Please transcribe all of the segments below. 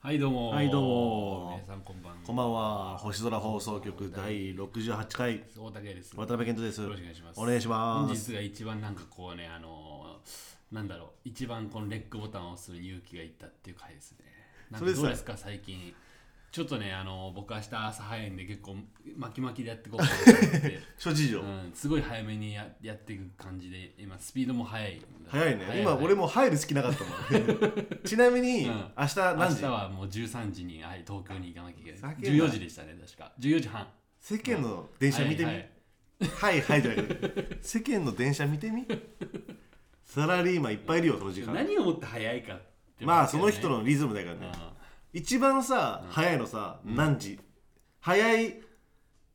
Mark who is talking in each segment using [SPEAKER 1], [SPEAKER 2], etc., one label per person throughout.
[SPEAKER 1] はいどうも
[SPEAKER 2] はいどうも
[SPEAKER 1] 皆さんこんばんは
[SPEAKER 2] こんばんは星空放送局第68回
[SPEAKER 1] 大竹です
[SPEAKER 2] 渡辺健人です
[SPEAKER 1] よろしくお願いします
[SPEAKER 2] お願いし
[SPEAKER 1] 本
[SPEAKER 2] ます
[SPEAKER 1] 日が一番なんかこうねあのーなんだろう一番このレックボタンを押す勇気がいったっていう回ですねなん
[SPEAKER 2] そ
[SPEAKER 1] か
[SPEAKER 2] れさ
[SPEAKER 1] どうですか最近ちょっとねあのー僕明日朝早いんで結構巻き巻きでやっていこうかなと思 って、
[SPEAKER 2] 諸事情、
[SPEAKER 1] うん、すごい早めにややっていく感じで今スピードも速い
[SPEAKER 2] 早いね今俺
[SPEAKER 1] も
[SPEAKER 2] も入る隙なかったも んちなみに、
[SPEAKER 1] うん
[SPEAKER 2] 明日
[SPEAKER 1] 明
[SPEAKER 2] 何
[SPEAKER 1] 日
[SPEAKER 2] 時
[SPEAKER 1] はもう13時に、はい、東京に行かなきゃいけない
[SPEAKER 2] ふざけんな
[SPEAKER 1] 14時でしたね確か14時半
[SPEAKER 2] 世間の電車見てみ、
[SPEAKER 1] は
[SPEAKER 2] は
[SPEAKER 1] はい
[SPEAKER 2] い
[SPEAKER 1] い
[SPEAKER 2] はい、じゃなくて世間の電車見てみサラリーマンいっぱいいるよその時間
[SPEAKER 1] 何をもって早いかって
[SPEAKER 2] まあ
[SPEAKER 1] 話だ
[SPEAKER 2] そ
[SPEAKER 1] よ
[SPEAKER 2] の
[SPEAKER 1] ね
[SPEAKER 2] 人のリズムだからね、一番さ、早いのさ何時、早い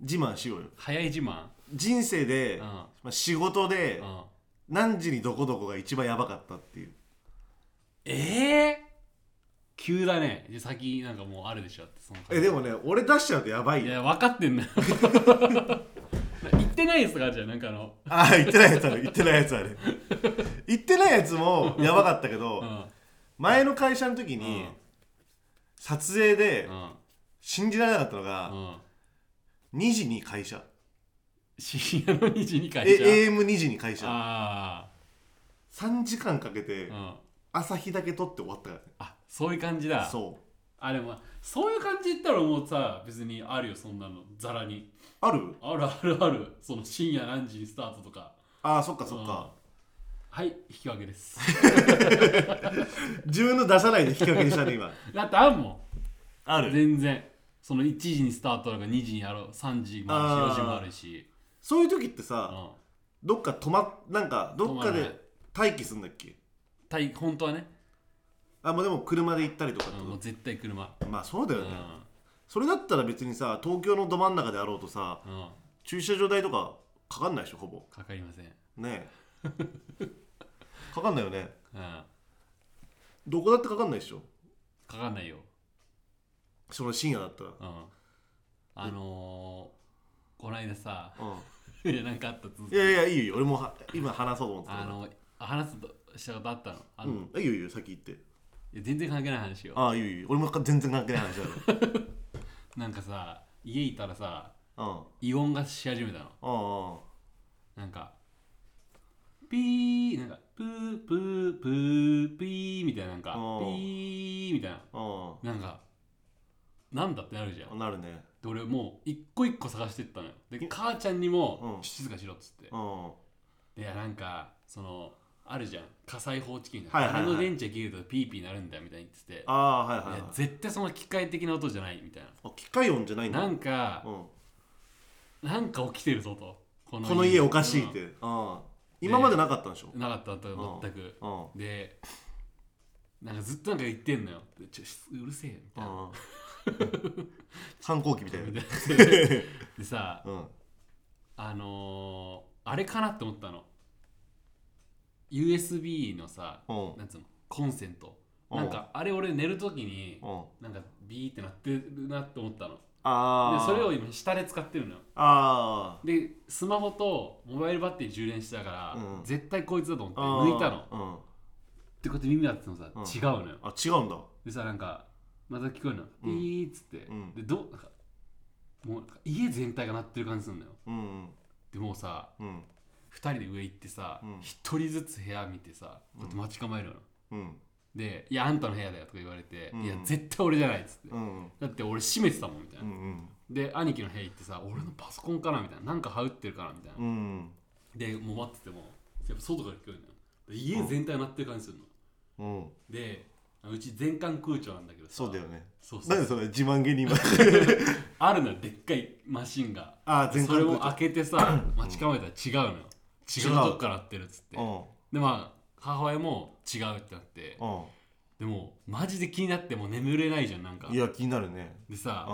[SPEAKER 2] 自慢しようよ
[SPEAKER 1] 早い自慢
[SPEAKER 2] 人生で、
[SPEAKER 1] うん
[SPEAKER 2] まあ、仕事で、
[SPEAKER 1] うん
[SPEAKER 2] 何時にどこどこが一番やばかったっていう
[SPEAKER 1] ええ急だねで先なんかもうあるでしょってその感
[SPEAKER 2] えでもね俺出しちゃうとやばい
[SPEAKER 1] い
[SPEAKER 2] よ
[SPEAKER 1] や分かってんだよ 言ってないやつとかあるじゃんなんかあの
[SPEAKER 2] ああ言ってないやつある言ってないやつある言ってないやつもやばかったけど、
[SPEAKER 1] う
[SPEAKER 2] 前の会社の時に、
[SPEAKER 1] うん
[SPEAKER 2] 撮影で
[SPEAKER 1] んうん
[SPEAKER 2] 信じられなかったのが、
[SPEAKER 1] うん
[SPEAKER 2] 2時に会社
[SPEAKER 1] 深夜の2時に会社
[SPEAKER 2] え AM2 時に会社
[SPEAKER 1] あ
[SPEAKER 2] 3時間かけ
[SPEAKER 1] あ
[SPEAKER 2] て
[SPEAKER 1] うん
[SPEAKER 2] 朝日だけ撮って終わったからね、
[SPEAKER 1] あそういう感じだ
[SPEAKER 2] そう
[SPEAKER 1] あでもそういう感じ言ったらもうさ別にあるよそんなのザラに
[SPEAKER 2] ある
[SPEAKER 1] あるあるあるその深夜何時にスタートとか
[SPEAKER 2] ああそっかそっか、
[SPEAKER 1] はい引き分けです
[SPEAKER 2] 自分の出さないで引き分けにしたね今
[SPEAKER 1] だってあんも
[SPEAKER 2] あ
[SPEAKER 1] ん
[SPEAKER 2] る
[SPEAKER 1] 全然その1時にスタートだから2時にやろう3時もあるし4時もあるし
[SPEAKER 2] そういう時ってさ、
[SPEAKER 1] うん
[SPEAKER 2] どっか止まっなんかどっか
[SPEAKER 1] 止まらない
[SPEAKER 2] で待機するんだっけ
[SPEAKER 1] たい本当はね、
[SPEAKER 2] あまあでも車で行ったりとかっ
[SPEAKER 1] う
[SPEAKER 2] て
[SPEAKER 1] ん
[SPEAKER 2] こ
[SPEAKER 1] もう絶対車
[SPEAKER 2] とまあそうだ
[SPEAKER 1] う
[SPEAKER 2] よ
[SPEAKER 1] ん
[SPEAKER 2] ね、それだったら別にさ東京のど真ん中であろうとさ
[SPEAKER 1] うん
[SPEAKER 2] 駐車場代とかかかんないでしょほぼ
[SPEAKER 1] かかりません
[SPEAKER 2] ねえかかんないよね
[SPEAKER 1] うんか
[SPEAKER 2] どこだってかかんないでしょ
[SPEAKER 1] かんないよ
[SPEAKER 2] その深夜だったら
[SPEAKER 1] うんあのー、こないださ
[SPEAKER 2] う
[SPEAKER 1] いやなんかあった続
[SPEAKER 2] んいやいやいいよいいよ俺もは今話そうと思ってたか
[SPEAKER 1] あ
[SPEAKER 2] ら
[SPEAKER 1] の話すしたことあったのあ
[SPEAKER 2] う
[SPEAKER 1] の、
[SPEAKER 2] んあいいよいいよ先行って
[SPEAKER 1] いや全然関係ない話よ
[SPEAKER 2] ああいいよいいよ俺もか全然関係ない話だから
[SPEAKER 1] なんかさ家いたらさ
[SPEAKER 2] うんうん
[SPEAKER 1] 異音がし始めたの
[SPEAKER 2] うんうん
[SPEAKER 1] なんかピーなんかプープープーピーみたいななんかピ
[SPEAKER 2] おう
[SPEAKER 1] ーみたいな
[SPEAKER 2] う
[SPEAKER 1] なんかなんだってなるじゃん
[SPEAKER 2] んなるね
[SPEAKER 1] で俺もう一個一個探してったのよで母ちゃんにも
[SPEAKER 2] うん
[SPEAKER 1] 静かしろっつって
[SPEAKER 2] うん
[SPEAKER 1] でいやなんかそのあるじゃん火災報知器みたい
[SPEAKER 2] はい
[SPEAKER 1] な
[SPEAKER 2] はいはい
[SPEAKER 1] あの電池が切れるとピーピーなるんだみたいに言ってて
[SPEAKER 2] ああはいはいい
[SPEAKER 1] や
[SPEAKER 2] はい
[SPEAKER 1] 絶対その機械的な音じゃないみたい
[SPEAKER 2] あ機械音じゃないん
[SPEAKER 1] な
[SPEAKER 2] だ
[SPEAKER 1] なんか
[SPEAKER 2] うん
[SPEAKER 1] なんか起きてるぞとこ
[SPEAKER 2] この家おかしいって、うん今までなかったんでしょ、
[SPEAKER 1] うんなかったと全く
[SPEAKER 2] うん
[SPEAKER 1] でなんかずっとなんか言ってんのよでちょしうるせえよみたいな
[SPEAKER 2] うん反抗期みたいな、
[SPEAKER 1] みたいなでさ
[SPEAKER 2] うん、
[SPEAKER 1] あのー、あれかなって思ったの USB のさ
[SPEAKER 2] うん
[SPEAKER 1] なんつうのコンセント
[SPEAKER 2] うん
[SPEAKER 1] なんかあれ俺寝るときに
[SPEAKER 2] うん、
[SPEAKER 1] なんかビーってなってるなって思ったの
[SPEAKER 2] あ
[SPEAKER 1] で
[SPEAKER 2] あ
[SPEAKER 1] それを今下で使ってるのよ
[SPEAKER 2] あ
[SPEAKER 1] でスマホとモバイルバッテリー充電してたから、
[SPEAKER 2] うん
[SPEAKER 1] 絶対こいつだと思って
[SPEAKER 2] あ
[SPEAKER 1] 抜いたのっ
[SPEAKER 2] の、
[SPEAKER 1] てこと耳だってもさ、
[SPEAKER 2] うん
[SPEAKER 1] 違うのよ
[SPEAKER 2] うん、あ違うんだ
[SPEAKER 1] でさなんかまた聞こえるの「
[SPEAKER 2] うん
[SPEAKER 1] いい」っつって、
[SPEAKER 2] うん
[SPEAKER 1] でどなんかもうなんか家全体が鳴ってる感じするんだよ
[SPEAKER 2] うん
[SPEAKER 1] でもうさ
[SPEAKER 2] うん
[SPEAKER 1] 2人で上行ってさ
[SPEAKER 2] うん
[SPEAKER 1] 一、人ずつ部屋見てさこうやって待ち構えるの、
[SPEAKER 2] うん
[SPEAKER 1] で「いやあんたの部屋だよ」とか言われて「
[SPEAKER 2] うん
[SPEAKER 1] いや絶対俺じゃない」っつって、
[SPEAKER 2] うんうん
[SPEAKER 1] だって俺閉めてたもんみたいな、
[SPEAKER 2] うん
[SPEAKER 1] で兄貴の部屋行ってさ「俺のパソコンかな?」みたいな「なんか羽打ってるかな?」みたいな
[SPEAKER 2] う、ん
[SPEAKER 1] でもう待っててもやっぱ外から聞こえるのよで家全体鳴ってる感じするの、
[SPEAKER 2] うん
[SPEAKER 1] でうち全館空調なんだけどさ
[SPEAKER 2] そうだよね
[SPEAKER 1] そうそ
[SPEAKER 2] なんで
[SPEAKER 1] う
[SPEAKER 2] それ自慢げ に今
[SPEAKER 1] あるのよでっかいマシンが
[SPEAKER 2] あー 全
[SPEAKER 1] そ
[SPEAKER 2] 館
[SPEAKER 1] れを
[SPEAKER 2] 空調
[SPEAKER 1] 開けてさ待ち構えたら違うのよ違
[SPEAKER 2] 違う
[SPEAKER 1] うとこから鳴ってるっつって
[SPEAKER 2] うん
[SPEAKER 1] でまあ母親も違うってなって
[SPEAKER 2] う
[SPEAKER 1] でもマジで気になってもう眠れないじゃんなんか
[SPEAKER 2] んいや気になるね
[SPEAKER 1] で
[SPEAKER 2] う
[SPEAKER 1] さ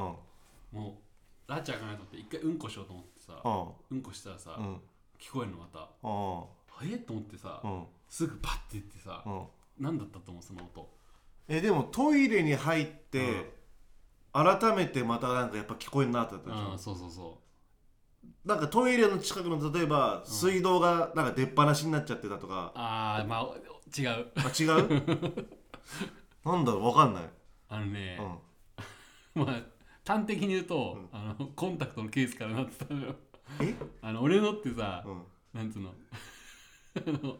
[SPEAKER 2] ん
[SPEAKER 1] もうラチャ開かないと思って一回うんこしようと思ってさ
[SPEAKER 2] うん
[SPEAKER 1] うんこしたらさ
[SPEAKER 2] うん
[SPEAKER 1] 聞こえるのまた
[SPEAKER 2] うん
[SPEAKER 1] 早いと思ってさ
[SPEAKER 2] うん
[SPEAKER 1] すぐパッて行ってさ
[SPEAKER 2] うん
[SPEAKER 1] 何だったと思うその音
[SPEAKER 2] えでもトイレに入って、
[SPEAKER 1] うん
[SPEAKER 2] 改めてまたなんかやっぱ聞こえんなってなったでしょ
[SPEAKER 1] うんそうそうそ
[SPEAKER 2] なんかトイレの近くの例えば水道がなんか出っ放しになっちゃってたと
[SPEAKER 1] う
[SPEAKER 2] か、
[SPEAKER 1] ああまあ違う
[SPEAKER 2] あ違うなんだろうわかんない
[SPEAKER 1] あのね
[SPEAKER 2] う、ん
[SPEAKER 1] まあ端的に言うと、あのコンタクトのケースからなってたのよ
[SPEAKER 2] え
[SPEAKER 1] あの俺のってさ、
[SPEAKER 2] うん
[SPEAKER 1] なんつうの あの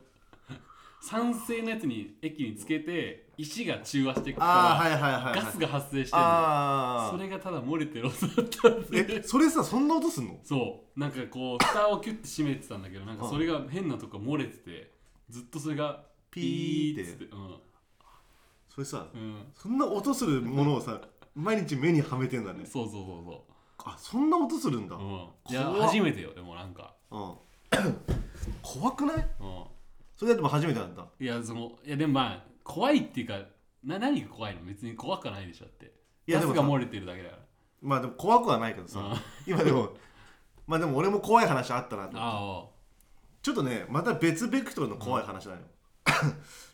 [SPEAKER 1] 酸性のやつに液につけて石が中和していく
[SPEAKER 2] ああ
[SPEAKER 1] か
[SPEAKER 2] はいはいはい
[SPEAKER 1] ら
[SPEAKER 2] はい
[SPEAKER 1] ガスが発生してるの
[SPEAKER 2] あ
[SPEAKER 1] そ
[SPEAKER 2] あ
[SPEAKER 1] れがただ漏れてる音だったんで
[SPEAKER 2] えそれさそんな音すんの
[SPEAKER 1] そうなんかこう蓋をキュッて閉めてたんだけどなんかそれが変なとこ漏れててずっとそれが
[SPEAKER 2] ピ
[SPEAKER 1] ピ
[SPEAKER 2] ー
[SPEAKER 1] ー
[SPEAKER 2] っ
[SPEAKER 1] ってつって
[SPEAKER 2] それさ
[SPEAKER 1] うん、うん、
[SPEAKER 2] そんな音するものをさ毎日目にはめてんだね
[SPEAKER 1] そうそうそう
[SPEAKER 2] あそんな音するんだ、
[SPEAKER 1] そう
[SPEAKER 2] うん、
[SPEAKER 1] うんいや
[SPEAKER 2] 怖っ
[SPEAKER 1] 初めてよでもなんか
[SPEAKER 2] 怖くない
[SPEAKER 1] うん
[SPEAKER 2] それだってもう初めてなんだ
[SPEAKER 1] いやそのいやでもまあ怖いっていうかな何が怖いの別に怖くはないでしょだって
[SPEAKER 2] いや
[SPEAKER 1] ガスが
[SPEAKER 2] でもさ
[SPEAKER 1] 漏れてるだけだから
[SPEAKER 2] まあでも怖くはないけどさ、
[SPEAKER 1] うん
[SPEAKER 2] 今でもまあでも俺も怖い話あったなと
[SPEAKER 1] あ
[SPEAKER 2] ちょっとねまた別ベクトルの怖い話だよ、なん
[SPEAKER 1] あ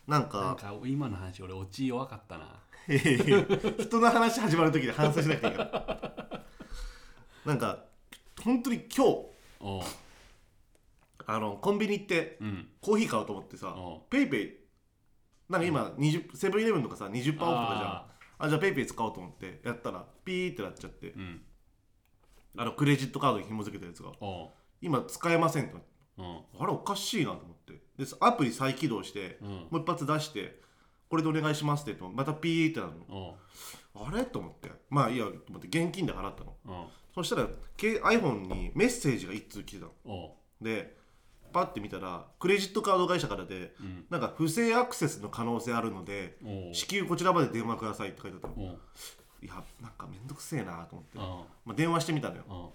[SPEAKER 1] なん
[SPEAKER 2] か
[SPEAKER 1] か今の話俺オチ弱かったな
[SPEAKER 2] 人の話始まる時で反省しなくていいからなんか本当に今日
[SPEAKER 1] おう
[SPEAKER 2] あのコンビニ行って
[SPEAKER 1] うん
[SPEAKER 2] コーヒー買おうと思ってさ
[SPEAKER 1] お
[SPEAKER 2] ペイペイなんか今20セブンイレブンとかさ20%オフとかじゃんあ
[SPEAKER 1] あ
[SPEAKER 2] じゃあペイペイ使おうと思ってやったらピーってなっちゃって
[SPEAKER 1] ううん
[SPEAKER 2] あのクレジットカードに紐付けたやつが
[SPEAKER 1] おう
[SPEAKER 2] 今使えませんってなって
[SPEAKER 1] うん
[SPEAKER 2] あれおかしいなと思ってでアプリ再起動して
[SPEAKER 1] うん
[SPEAKER 2] もう一発出してこれでお願いしますって言ってもまたピーってなるの
[SPEAKER 1] おう
[SPEAKER 2] あれと思ってまあいいやと思って現金で払ったの
[SPEAKER 1] うん
[SPEAKER 2] そしたらけ iPhone にメッセージが1通来てたの
[SPEAKER 1] おう
[SPEAKER 2] でパッて見たらクレジットカード会社からで
[SPEAKER 1] うん
[SPEAKER 2] なんか不正アクセスの可能性あるので
[SPEAKER 1] おう
[SPEAKER 2] 至急こちらまで電話くださいって書いてあったの
[SPEAKER 1] おう
[SPEAKER 2] いやなんかめんどくせえなと思って、
[SPEAKER 1] うん
[SPEAKER 2] まあ、電話してみたのよ
[SPEAKER 1] うん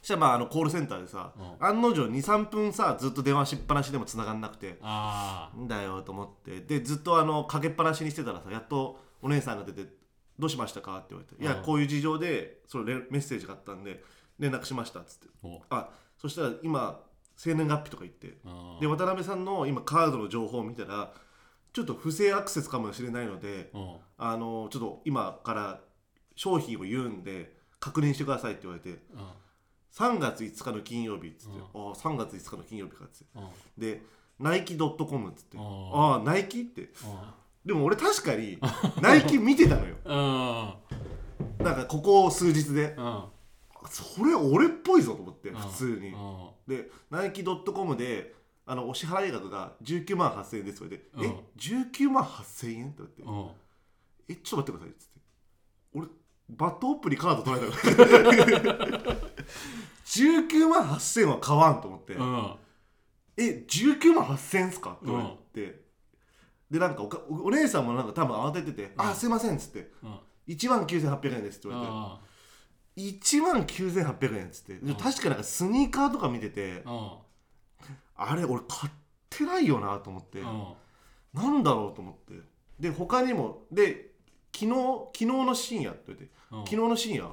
[SPEAKER 2] そしたらまああのコールセンターでさ、
[SPEAKER 1] う
[SPEAKER 2] 案の定23分さずっと電話しっぱなしでも繋がんなくて
[SPEAKER 1] あ
[SPEAKER 2] んだよと思ってでずっとあのかけっぱなしにしてたらさやっとお姉さんが出て「どうしましたか?」って言われて「いや
[SPEAKER 1] うん
[SPEAKER 2] こういう事情でそのレメッセージがあったんで連絡しました」っつって
[SPEAKER 1] あおう
[SPEAKER 2] 「あそしたら今生年月日とか言って
[SPEAKER 1] うん
[SPEAKER 2] で渡辺さんの今カードの情報を見たらちょっと不正アクセスかもしれないので
[SPEAKER 1] うん
[SPEAKER 2] あのちょっと今から商品を言うんで確認してください」って言われて
[SPEAKER 1] うん
[SPEAKER 2] 「3月5日の金曜日」っつって「
[SPEAKER 1] うん
[SPEAKER 2] ああ3月5日の金曜日か」っつって。
[SPEAKER 1] うん
[SPEAKER 2] でナイキ .com っつって
[SPEAKER 1] あ
[SPEAKER 2] 「ああナイキ?」って
[SPEAKER 1] うん
[SPEAKER 2] でも俺確かにナイキ見てたのよ
[SPEAKER 1] うん
[SPEAKER 2] なんかここ数日で
[SPEAKER 1] うん
[SPEAKER 2] それ俺っぽいぞと思って
[SPEAKER 1] うん
[SPEAKER 2] 普通に
[SPEAKER 1] うん
[SPEAKER 2] でナイキ .com であのお支払い額が19万8000円ですそれで「
[SPEAKER 1] うん
[SPEAKER 2] え19万8000円?」って言って
[SPEAKER 1] う
[SPEAKER 2] 「
[SPEAKER 1] ん
[SPEAKER 2] えちょっと待ってください」っつって俺バットオプにカード取られたから 19万8000円は買わんと思って
[SPEAKER 1] うん
[SPEAKER 2] え19万8000円っすか?」って言われて、でなんかおかおお姉さんもなんか多分慌ててて「
[SPEAKER 1] うん
[SPEAKER 2] あすいません」っつって
[SPEAKER 1] うん
[SPEAKER 2] 「1万9800円です」って言われて
[SPEAKER 1] う
[SPEAKER 2] 「1万9800円」っつってでも確かなんかスニーカーとか見てて
[SPEAKER 1] ん
[SPEAKER 2] あれ俺買ってないよなと思って
[SPEAKER 1] うん
[SPEAKER 2] なんだろうと思ってで他にもで昨日昨日の深夜って言われて
[SPEAKER 1] うん
[SPEAKER 2] 昨日の深夜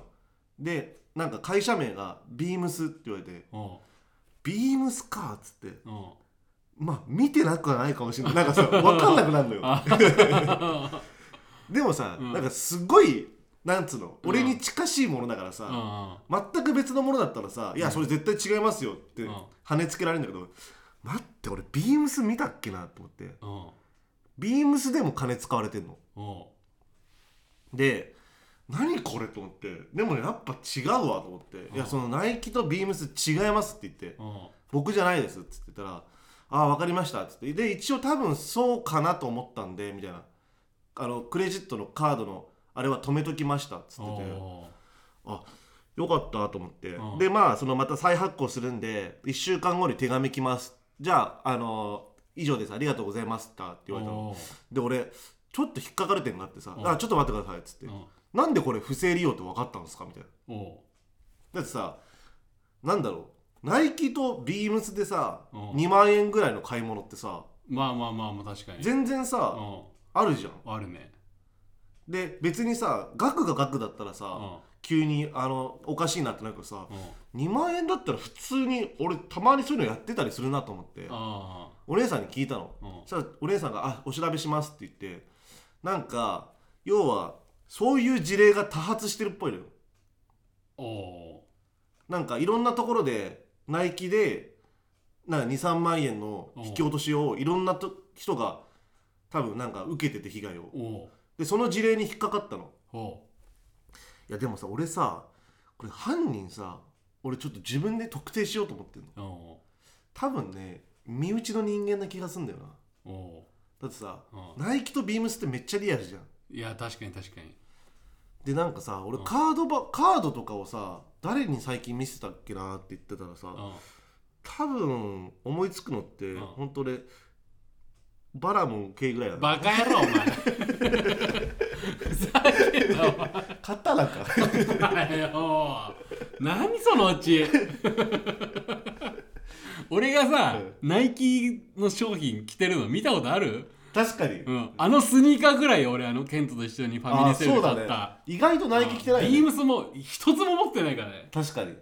[SPEAKER 2] でなんか会社名がビームスって言われて
[SPEAKER 1] うん
[SPEAKER 2] ビームスかっつって
[SPEAKER 1] うん
[SPEAKER 2] まあ見てなくはないかもしれないなん かさ分かんなくなるのよ
[SPEAKER 1] あ
[SPEAKER 2] でもさ、
[SPEAKER 1] うん
[SPEAKER 2] なんかすごいなんつうの
[SPEAKER 1] うん
[SPEAKER 2] 俺に近しいものだか
[SPEAKER 1] う
[SPEAKER 2] ら
[SPEAKER 1] んう
[SPEAKER 2] さ、
[SPEAKER 1] ん
[SPEAKER 2] 全く別のものだったらさ「いやそれ絶対違いますよ」って
[SPEAKER 1] うん
[SPEAKER 2] 跳ねつけられるんだけど、待って俺ビームス見たっけなと思って
[SPEAKER 1] うん
[SPEAKER 2] ビームスでも金使われてんの
[SPEAKER 1] うん
[SPEAKER 2] で何これと思ってでもねやっぱ違うわと思って「いやそのナイキとビームス違います」って言って
[SPEAKER 1] うん
[SPEAKER 2] 「僕じゃないです」って言ったら「ああ分かりました」って言ってで一応多分そうかなと思ったんでみたいなあのクレジットのカードのあれは止めときましたっつってて
[SPEAKER 1] お
[SPEAKER 2] あよかったと思って
[SPEAKER 1] うん
[SPEAKER 2] でまあそのまた再発行するんで1週間後に手紙来ますじゃああの以上ですありがとうございましたって
[SPEAKER 1] ー
[SPEAKER 2] 言われたの
[SPEAKER 1] おー
[SPEAKER 2] で俺ちょっと引っかかる点があってさ
[SPEAKER 1] う
[SPEAKER 2] 「
[SPEAKER 1] ん
[SPEAKER 2] あちょっと待ってください」っつって
[SPEAKER 1] うん
[SPEAKER 2] 「なんでこれ不正利用って分かったんですか?」みたいな
[SPEAKER 1] お
[SPEAKER 2] だってさなんだろうナイキとビームスでさ
[SPEAKER 1] うん
[SPEAKER 2] 2万円ぐらいの買い物ってさ
[SPEAKER 1] ーまあまあまあまあ確かに
[SPEAKER 2] 全然
[SPEAKER 1] う
[SPEAKER 2] さ
[SPEAKER 1] ん
[SPEAKER 2] あるじゃん
[SPEAKER 1] あるね
[SPEAKER 2] で別にさ額が額だったら
[SPEAKER 1] う
[SPEAKER 2] さ
[SPEAKER 1] ん
[SPEAKER 2] 急にあのおかしいなってなるけどさ
[SPEAKER 1] うん
[SPEAKER 2] 2万円だったら普通に俺たまにそういうのやってたりするなと思って
[SPEAKER 1] あ
[SPEAKER 2] お姉さんに聞いたの
[SPEAKER 1] ーうん
[SPEAKER 2] そしたらお姉さんが「あお調べします」って言ってなんか要はそういう事例が多発してるっぽいのよ
[SPEAKER 1] おお
[SPEAKER 2] なんかいろんなところでナイキでなんか23万円の引き落としをいろんなと人が多分なんか受けてて被害を
[SPEAKER 1] お
[SPEAKER 2] でその事例に引っかかったの
[SPEAKER 1] ほ
[SPEAKER 2] いやでもさ俺さこれ犯人さ俺ちょっと自分で特定しようと思ってんの
[SPEAKER 1] うお
[SPEAKER 2] 多分ね身内の人間な気がすんだよな
[SPEAKER 1] うお
[SPEAKER 2] だってさ
[SPEAKER 1] ううん
[SPEAKER 2] ナイキとビームスってめっちゃリアルじゃん
[SPEAKER 1] いや確かに確かに
[SPEAKER 2] でなんかさ俺
[SPEAKER 1] うん
[SPEAKER 2] カードばカードとかをさ誰に最近見せたっけなって言ってたら
[SPEAKER 1] う
[SPEAKER 2] さ
[SPEAKER 1] ん
[SPEAKER 2] 多分思いつくのって
[SPEAKER 1] うん
[SPEAKER 2] 本当でバラモン系ぐらいだな
[SPEAKER 1] バカ野郎お前ふざけんなお前
[SPEAKER 2] ったらか
[SPEAKER 1] よ何そのうち 俺がさ、ナイキの商品着てるの見たことある、
[SPEAKER 2] 確かに
[SPEAKER 1] うん、あのスニーカーぐらい俺あのケントと一緒にファミ
[SPEAKER 2] あ
[SPEAKER 1] リ
[SPEAKER 2] あ
[SPEAKER 1] ーセー
[SPEAKER 2] そう
[SPEAKER 1] ル
[SPEAKER 2] だ
[SPEAKER 1] 買っ
[SPEAKER 2] ね
[SPEAKER 1] た、
[SPEAKER 2] 意外とナイキ着てない
[SPEAKER 1] ビー
[SPEAKER 2] ね
[SPEAKER 1] ムスも一つも持ってないからね
[SPEAKER 2] 確かに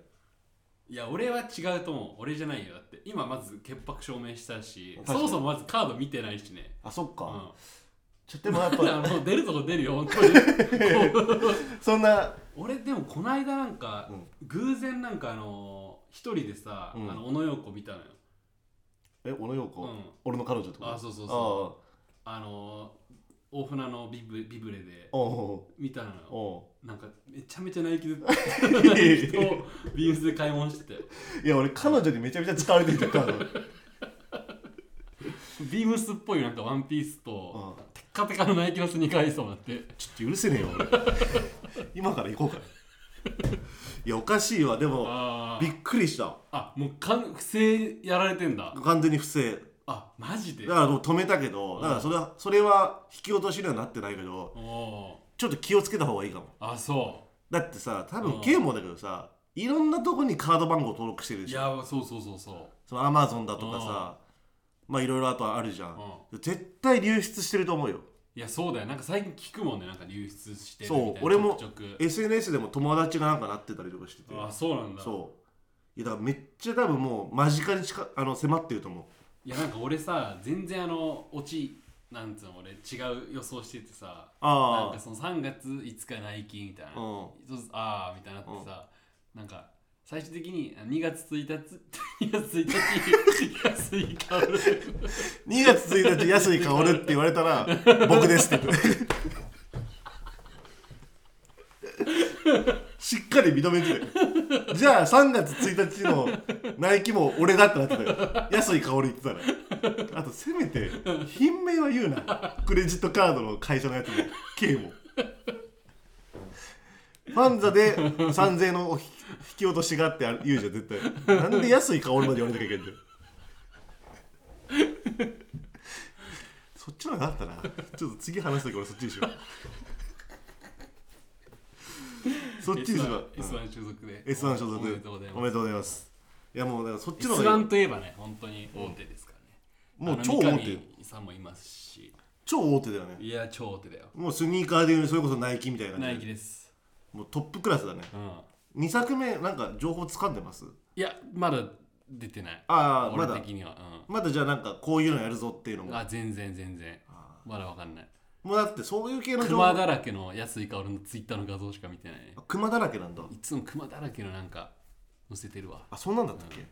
[SPEAKER 1] いや俺は違うと思う俺じゃないよだって今まず潔白証明したし
[SPEAKER 2] 確
[SPEAKER 1] そ
[SPEAKER 2] かに
[SPEAKER 1] もそもまずカード見てないしね
[SPEAKER 2] あそっ
[SPEAKER 1] う
[SPEAKER 2] か
[SPEAKER 1] ん
[SPEAKER 2] ちょでもやっ
[SPEAKER 1] だから
[SPEAKER 2] ぱ
[SPEAKER 1] もう出るとこ出るよ本当に こう
[SPEAKER 2] そんな
[SPEAKER 1] 俺でもこの間なんか、偶然なんかあのー一人でさ、
[SPEAKER 2] うん
[SPEAKER 1] あの小野陽子見たのよ
[SPEAKER 2] え小野陽子
[SPEAKER 1] うん
[SPEAKER 2] 俺の彼女とか
[SPEAKER 1] あそうそう
[SPEAKER 2] あ
[SPEAKER 1] そあのー大船のビブビブレで
[SPEAKER 2] あお
[SPEAKER 1] 見たの
[SPEAKER 2] う
[SPEAKER 1] よ
[SPEAKER 2] お
[SPEAKER 1] なんかめちゃめちゃナイキ でナイキとビームスで買い物してたよ
[SPEAKER 2] ういや俺彼女にめちゃめちゃ使われてるカード
[SPEAKER 1] ビームスっぽいなんかワンピースと
[SPEAKER 2] うん
[SPEAKER 1] テッカテカのナイキのスニーカーにそうになって
[SPEAKER 2] ちょっと許せねえよ俺今から行こうかいやおかしいわでも
[SPEAKER 1] あー
[SPEAKER 2] びっくりした
[SPEAKER 1] あもうかん不正やられてんだ
[SPEAKER 2] 完全に不正
[SPEAKER 1] あマジで
[SPEAKER 2] だからもう止めたけど
[SPEAKER 1] ん
[SPEAKER 2] だからそれはそれは引き落としにはなってないけど
[SPEAKER 1] おお
[SPEAKER 2] ちょっと気をつけた方がいいかも
[SPEAKER 1] ーあそ
[SPEAKER 2] だってさ多
[SPEAKER 1] うん
[SPEAKER 2] 分ゲームもだけどさいろんなとこにカード番号登録してる
[SPEAKER 1] う
[SPEAKER 2] で
[SPEAKER 1] い
[SPEAKER 2] しょ
[SPEAKER 1] やそうそうそうそ
[SPEAKER 2] そのアマゾンだとかさまあいろいろあとあるじゃ
[SPEAKER 1] うんうん
[SPEAKER 2] 絶対流出してると思うよ
[SPEAKER 1] いやそうだよなんか最近聞くもんねなんか流出してるみたいな
[SPEAKER 2] そう俺も
[SPEAKER 1] ちょくちょく
[SPEAKER 2] SNS でも友達がなんかなってたりとかしてて
[SPEAKER 1] あそうなんだ
[SPEAKER 2] そういやだからめっちゃ多分もう間近に近あの迫ってると思う
[SPEAKER 1] いやなんか俺さ全然あのオチなんつうの俺違う予想しててさなん
[SPEAKER 2] あ
[SPEAKER 1] かその3月5日ナイキみたいな、
[SPEAKER 2] あ、うん、
[SPEAKER 1] そうすああみたいになってさ、なんか最終的にあ2月1日 2月1日安い買う
[SPEAKER 2] 2月1日安い薫って言われ たら僕ですってしっかり認めてる じゃあ3月1日のナイキも俺だってなってたよ安い薫言ってたらあとせめて品名は言うなクレジットカードの会社のやつも K もファンザで3000円のお引き落としがあってある言うじゃん絶対なんで安い薫まで言われなきゃいけないんだよそっちの方があったな。ちょっと次話すとき俺そっちにしよう。そっちにしよう。
[SPEAKER 1] S1 S1 所属で
[SPEAKER 2] S1
[SPEAKER 1] お
[SPEAKER 2] 所属
[SPEAKER 1] めでとうござい
[SPEAKER 2] お
[SPEAKER 1] ま
[SPEAKER 2] め
[SPEAKER 1] す
[SPEAKER 2] でとうございます。いやもうだからそっちの方がいい
[SPEAKER 1] S1 といえばね本当に大手ですからね、
[SPEAKER 2] もう超大手よ。
[SPEAKER 1] 手さんもいますし
[SPEAKER 2] 超大手だよね。
[SPEAKER 1] いや超大手だよ
[SPEAKER 2] もうスニーカーでいうそれこそナイキみたいな感じ
[SPEAKER 1] ナ
[SPEAKER 2] で
[SPEAKER 1] イキです
[SPEAKER 2] もうトップクラスだね。
[SPEAKER 1] うん
[SPEAKER 2] 2作目なんか情報掴んでます
[SPEAKER 1] いやまだ出てない
[SPEAKER 2] ああ、ま
[SPEAKER 1] 俺
[SPEAKER 2] だ。
[SPEAKER 1] 的には、
[SPEAKER 2] まだじゃあなんかこういうのやるぞっていうの
[SPEAKER 1] うん、
[SPEAKER 2] も。
[SPEAKER 1] あ全然全然
[SPEAKER 2] あ
[SPEAKER 1] まだわかんない
[SPEAKER 2] ーもうだってそういう系の情
[SPEAKER 1] 熊
[SPEAKER 2] 報。
[SPEAKER 1] だらけの安い薫のツイッターの画像しか見てないね
[SPEAKER 2] 熊だらけなんだ。
[SPEAKER 1] いつも熊だらけのなんか載せてるわ
[SPEAKER 2] あ、そんなんだったっけ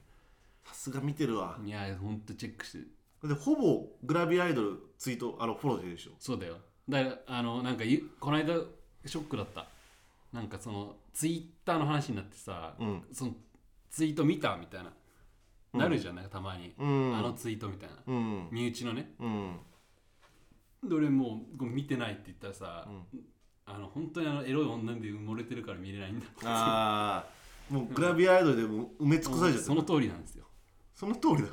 [SPEAKER 2] さすが見てるわ。
[SPEAKER 1] いやほんとチェックしてる
[SPEAKER 2] でほぼグラビアアイドルツイートあのフォローしてるでしょ
[SPEAKER 1] そうだよだからあのなんかゆこの間ショックだったなんかそのツイッターの話になってさ、
[SPEAKER 2] うん
[SPEAKER 1] そのツイート見たみたいな
[SPEAKER 2] うん
[SPEAKER 1] なるじゃん、なんかたまに、
[SPEAKER 2] うん
[SPEAKER 1] あのツイートみたいな
[SPEAKER 2] うん
[SPEAKER 1] 身内のね
[SPEAKER 2] うん
[SPEAKER 1] で俺もうごめん見てないって言ったらさ、あの本当にあのエロい女で埋もれてるから見れないんだって
[SPEAKER 2] ああもうグラビアアイドルでもう埋め尽くされちゃって
[SPEAKER 1] そ
[SPEAKER 2] る
[SPEAKER 1] の通りなんですよ
[SPEAKER 2] その通りだ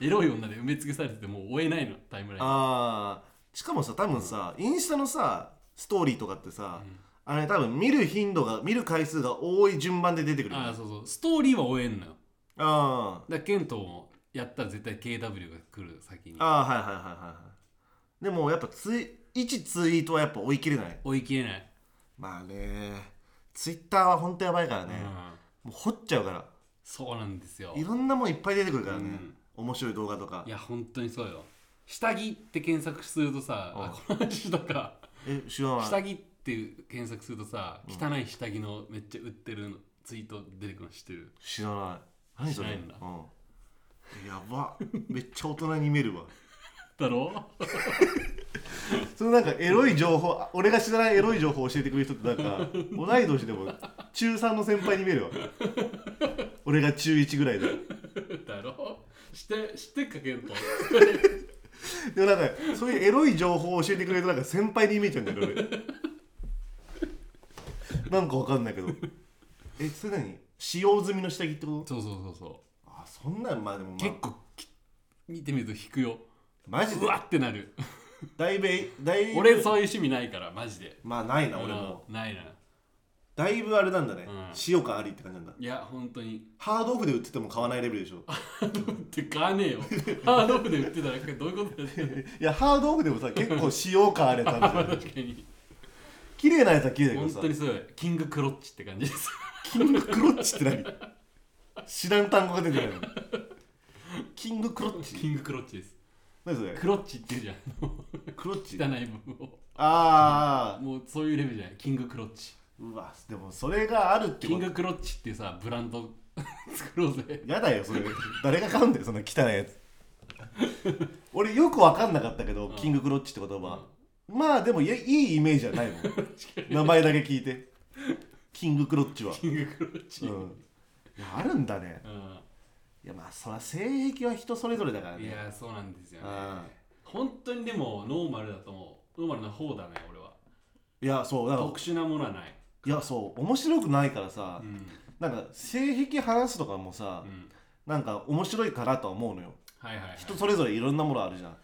[SPEAKER 1] エロい女で埋め尽くされててもう追えないのタイムライン
[SPEAKER 2] ああしかもさ多分さインスタのさストーリーとかってさ
[SPEAKER 1] うん
[SPEAKER 2] あれ多分見る頻度が見る回数が多い順番で出てくるよね
[SPEAKER 1] ああそうそうストーリーは追えんのよ
[SPEAKER 2] あ
[SPEAKER 1] だからケントもやったら絶対 KW が来る先に
[SPEAKER 2] あああはいはいはいはいはいでもやっぱツイ一ツイートはやっぱ追い切れない
[SPEAKER 1] 追い切れない、
[SPEAKER 2] まあねツイッターは本当やばいからね
[SPEAKER 1] うん、
[SPEAKER 2] もう掘っちゃうから
[SPEAKER 1] そうなんですよ
[SPEAKER 2] いろんなもんいっぱい出てくるからね、
[SPEAKER 1] うん
[SPEAKER 2] 面白い動画とか
[SPEAKER 1] いや本当にそうよ下着って検索するとさ、
[SPEAKER 2] うん
[SPEAKER 1] あこの話とか
[SPEAKER 2] え手話は
[SPEAKER 1] 下着って検索するとさ汚い下着のめっちゃ売ってるのツイート出てくるの知ってる
[SPEAKER 2] 知らない何それ
[SPEAKER 1] 知らないんだ
[SPEAKER 2] うん、やばめっちゃ大人に見えるわ
[SPEAKER 1] だろ
[SPEAKER 2] そのなんかエロい情報あ俺が知らないエロい情報を教えてくれる人ってなん か同い年でも中3の先輩に見えるわ俺が中1ぐらいで
[SPEAKER 1] だろしてしてかけんと
[SPEAKER 2] でもなんかそういうエロい情報を教えてくれるとなんか先輩に見えちゃうんだよね俺なんかわかんないけどえそれ何使用済みの下着ってこと
[SPEAKER 1] そうそうそうそ
[SPEAKER 2] あそんなんまあでも、ま
[SPEAKER 1] う
[SPEAKER 2] あ、
[SPEAKER 1] 結構き見てみると引くよ
[SPEAKER 2] マジ
[SPEAKER 1] う
[SPEAKER 2] で
[SPEAKER 1] わってな る
[SPEAKER 2] だいぶだいぶ
[SPEAKER 1] 俺そういう趣味ないからマジで
[SPEAKER 2] まあないな俺も
[SPEAKER 1] うんないな
[SPEAKER 2] だいぶあれなんだね、
[SPEAKER 1] うん
[SPEAKER 2] 使用感ありって感じなんだ
[SPEAKER 1] いや本当に
[SPEAKER 2] ハードオフで売ってても買わないレベルでしょ
[SPEAKER 1] って買わね えよハードオフで売ってたらどういうことだよ
[SPEAKER 2] いやハードオフでもさ結構使用感あれたん だよね
[SPEAKER 1] 確かに
[SPEAKER 2] 綺麗なやつは綺麗だけど
[SPEAKER 1] 本
[SPEAKER 2] さ
[SPEAKER 1] 当にそうだよキングクロッチって感じです
[SPEAKER 2] キングクロッチって何知らん単語が出てないのキングクロッチ
[SPEAKER 1] キングクロッチです
[SPEAKER 2] 何それ
[SPEAKER 1] クロッチって言うじゃん
[SPEAKER 2] クロッチ
[SPEAKER 1] 汚い部分を
[SPEAKER 2] ああ
[SPEAKER 1] もうそういうレベルじゃないキングクロッチ
[SPEAKER 2] うわでもそれがあるって
[SPEAKER 1] キ
[SPEAKER 2] こ
[SPEAKER 1] ン
[SPEAKER 2] と
[SPEAKER 1] グクロッチっていうさブランド作ろうぜ
[SPEAKER 2] やだよそれ誰が買うんだよそんな汚いやつ俺よく分かんなかったけど、
[SPEAKER 1] ん
[SPEAKER 2] キングクロッチって言葉、まあでもいやいいイメージはな いもん名前だけ聞いてキングクロッチは、
[SPEAKER 1] キングクロッ
[SPEAKER 2] う
[SPEAKER 1] チ、
[SPEAKER 2] ん、いやあるんだね
[SPEAKER 1] うん
[SPEAKER 2] いやまあそら性癖は人それぞれだか
[SPEAKER 1] い
[SPEAKER 2] らね
[SPEAKER 1] やそうなんですよね
[SPEAKER 2] あ
[SPEAKER 1] 本当にでもノーマルだと思うノーマルな方だね俺はい
[SPEAKER 2] やそうだから
[SPEAKER 1] 特殊なものはない
[SPEAKER 2] いやそう面白くないからさ、
[SPEAKER 1] うん、
[SPEAKER 2] なんか性癖話すとかもさ
[SPEAKER 1] う、ん、
[SPEAKER 2] なんか面白いかなとは思うのよ
[SPEAKER 1] はいはい、はい、
[SPEAKER 2] 人それぞれいろんなものあるじゃん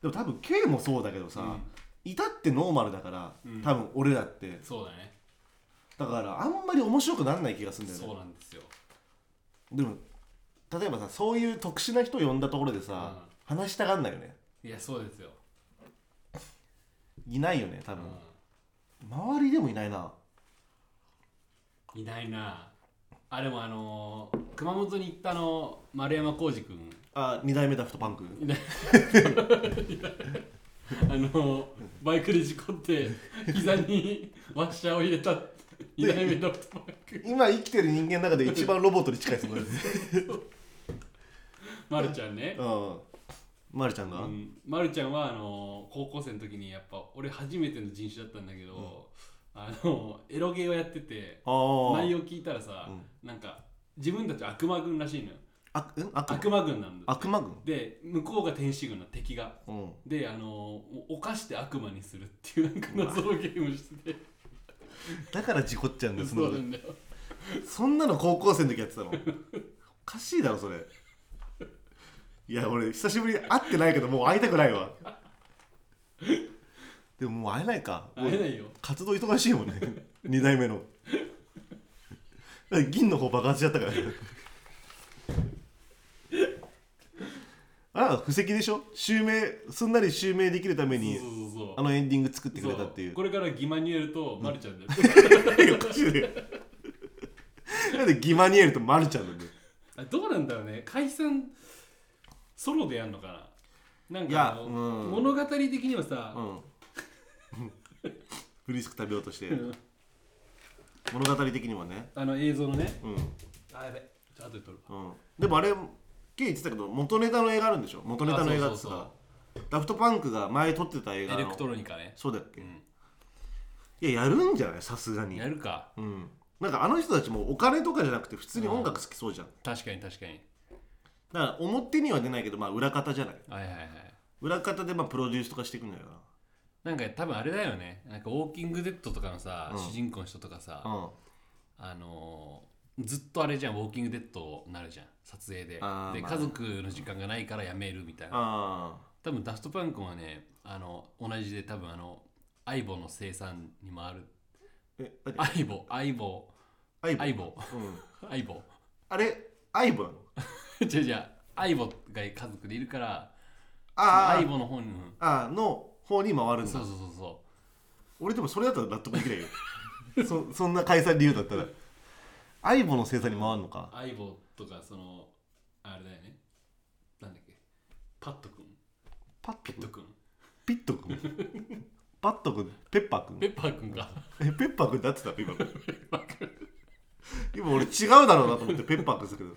[SPEAKER 2] でも多分 K もそうだけどさ、
[SPEAKER 1] うん
[SPEAKER 2] 至ってノーマルだから、
[SPEAKER 1] うん
[SPEAKER 2] 多分俺だって
[SPEAKER 1] そうだね
[SPEAKER 2] だからあんまり面白くならない気がするんだよ
[SPEAKER 1] そう
[SPEAKER 2] ね
[SPEAKER 1] なんですよ
[SPEAKER 2] でも例えばさそういう特殊な人を呼んだところでさ、話したがんないよね
[SPEAKER 1] いやそうですよ、
[SPEAKER 2] いないよね多
[SPEAKER 1] う
[SPEAKER 2] 分、
[SPEAKER 1] ん、
[SPEAKER 2] 周りでもいないない
[SPEAKER 1] ないなあでもあのー、熊本に行ったあの丸山浩二君
[SPEAKER 2] あ二代目ダフトパンク
[SPEAKER 1] あのバイクで事故って膝にワッシャーを入れた2代目ドクトバイク
[SPEAKER 2] 今生きてる人間の中で一番ロボットに近い存 在です、
[SPEAKER 1] まるちゃんね、
[SPEAKER 2] うん、まるちゃん
[SPEAKER 1] う
[SPEAKER 2] が、
[SPEAKER 1] ん、まるちゃんはあの高校生の時にやっぱ俺初めての人種だったんだけど、あのエロゲーをやってて
[SPEAKER 2] ああ
[SPEAKER 1] 内容聞いたらさ、なんか自分たち悪魔軍らしいのよ
[SPEAKER 2] あうん悪魔
[SPEAKER 1] 悪魔軍なんだ
[SPEAKER 2] 悪魔軍
[SPEAKER 1] で向こうが天使軍の敵が
[SPEAKER 2] うん
[SPEAKER 1] であの犯して悪魔にするっていうなんか謎のゲームしてて
[SPEAKER 2] だから事故っちゃうんです
[SPEAKER 1] そうなんだよ
[SPEAKER 2] そんなの高校生の時やってたのおかしいだろそれいや俺久しぶりに会ってないけどもう会いたくないわでももう会えないか
[SPEAKER 1] 会えないよ
[SPEAKER 2] 活動忙しいもんね2 代目のだから銀の方爆発しちゃったからねあ布石でしょ襲名すんなり襲名できるために
[SPEAKER 1] そうそうそうそう
[SPEAKER 2] あのエンディング作ってくれたっていう
[SPEAKER 1] そこれからギマニュエルとマルちゃんだよ、
[SPEAKER 2] いやおかしいね なんでギマニエルとマルちゃんなんだよ
[SPEAKER 1] あ どうなんだろうね解散ソロでやるのかななん
[SPEAKER 2] いや
[SPEAKER 1] かあの、
[SPEAKER 2] うん
[SPEAKER 1] 物語的にはさ、
[SPEAKER 2] うん フリスク食べようとして
[SPEAKER 1] うん
[SPEAKER 2] 物語的にはね
[SPEAKER 1] あの映像のね
[SPEAKER 2] うん、
[SPEAKER 1] あやべちょっと後で撮る
[SPEAKER 2] うん、でもあれケイ言ってたけど元ネタの映画あるんでしょ元ネタの映画ってさ
[SPEAKER 1] あそうそう
[SPEAKER 2] ダフトパンクが前撮ってた映画
[SPEAKER 1] エ
[SPEAKER 2] の
[SPEAKER 1] レクトロニカね
[SPEAKER 2] そうだっけ、
[SPEAKER 1] ん
[SPEAKER 2] いややるんじゃないさすがに
[SPEAKER 1] やるか
[SPEAKER 2] うんなんかあの人たちもお金とかじゃなくて普通に音楽好きそうじゃん、
[SPEAKER 1] 確かに確かに
[SPEAKER 2] だから表には出ないけどまあ裏方じゃない
[SPEAKER 1] はいはいはい
[SPEAKER 2] 裏方でまあプロデュースとかしていくんだよ
[SPEAKER 1] なんか多分あれだよねなんかウォーキングデッドとかのさ、
[SPEAKER 2] うん
[SPEAKER 1] 主人公の人とかさ、
[SPEAKER 2] なうん
[SPEAKER 1] あのーずっとあれじゃんウォーキングデッドなるじゃん撮影でで、
[SPEAKER 2] あーまあ
[SPEAKER 1] 家族の時間がないからやめるみたいな
[SPEAKER 2] あ
[SPEAKER 1] 多分ダフトパンクはねあの同じで多分あのアイボの生産にもある
[SPEAKER 2] ーえ何
[SPEAKER 1] アイボアイボ
[SPEAKER 2] アイボ
[SPEAKER 1] アイボ
[SPEAKER 2] うん
[SPEAKER 1] アイボ
[SPEAKER 2] あれアイボなの
[SPEAKER 1] 違う違うアイボが家族でいるから
[SPEAKER 2] あ
[SPEAKER 1] アイ
[SPEAKER 2] ー
[SPEAKER 1] ボの方に、うん
[SPEAKER 2] あーの方に回るん
[SPEAKER 1] そ
[SPEAKER 2] だ
[SPEAKER 1] うそうそうそ
[SPEAKER 2] 俺でもそれだったら納得できないよ そそんな解散理由だったらアイボの生産に回るのか
[SPEAKER 1] うアイボとかそのあれだよねなんだっけパットくん
[SPEAKER 2] パッ
[SPEAKER 1] ピッ
[SPEAKER 2] ト
[SPEAKER 1] トくん
[SPEAKER 2] ピットくんパットくんペッパーくん
[SPEAKER 1] ペッパーくんか
[SPEAKER 2] えペッパーくんだってたの今
[SPEAKER 1] パーくん
[SPEAKER 2] 今俺違うだろうなと思ってペッパーくんですけど